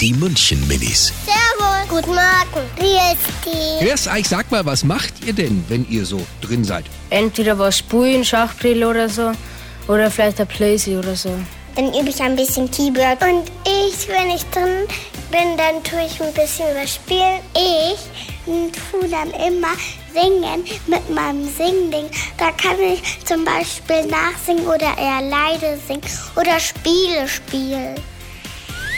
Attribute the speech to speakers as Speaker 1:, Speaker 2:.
Speaker 1: Die München Minis.
Speaker 2: Servus. Guten Morgen. Wie ist die?
Speaker 1: Erst ich sag mal, was macht ihr denn, wenn ihr so drin seid?
Speaker 3: Entweder was spielen, Schachbrille oder so. Oder vielleicht ein Playsee oder so.
Speaker 2: Dann übe ich ein bisschen Keyboard. Und ich, wenn ich drin bin, dann tue ich ein bisschen was spielen. Ich tue dann immer singen mit meinem Singding. Da kann ich zum Beispiel nachsingen oder eher leise singen oder Spiele spielen.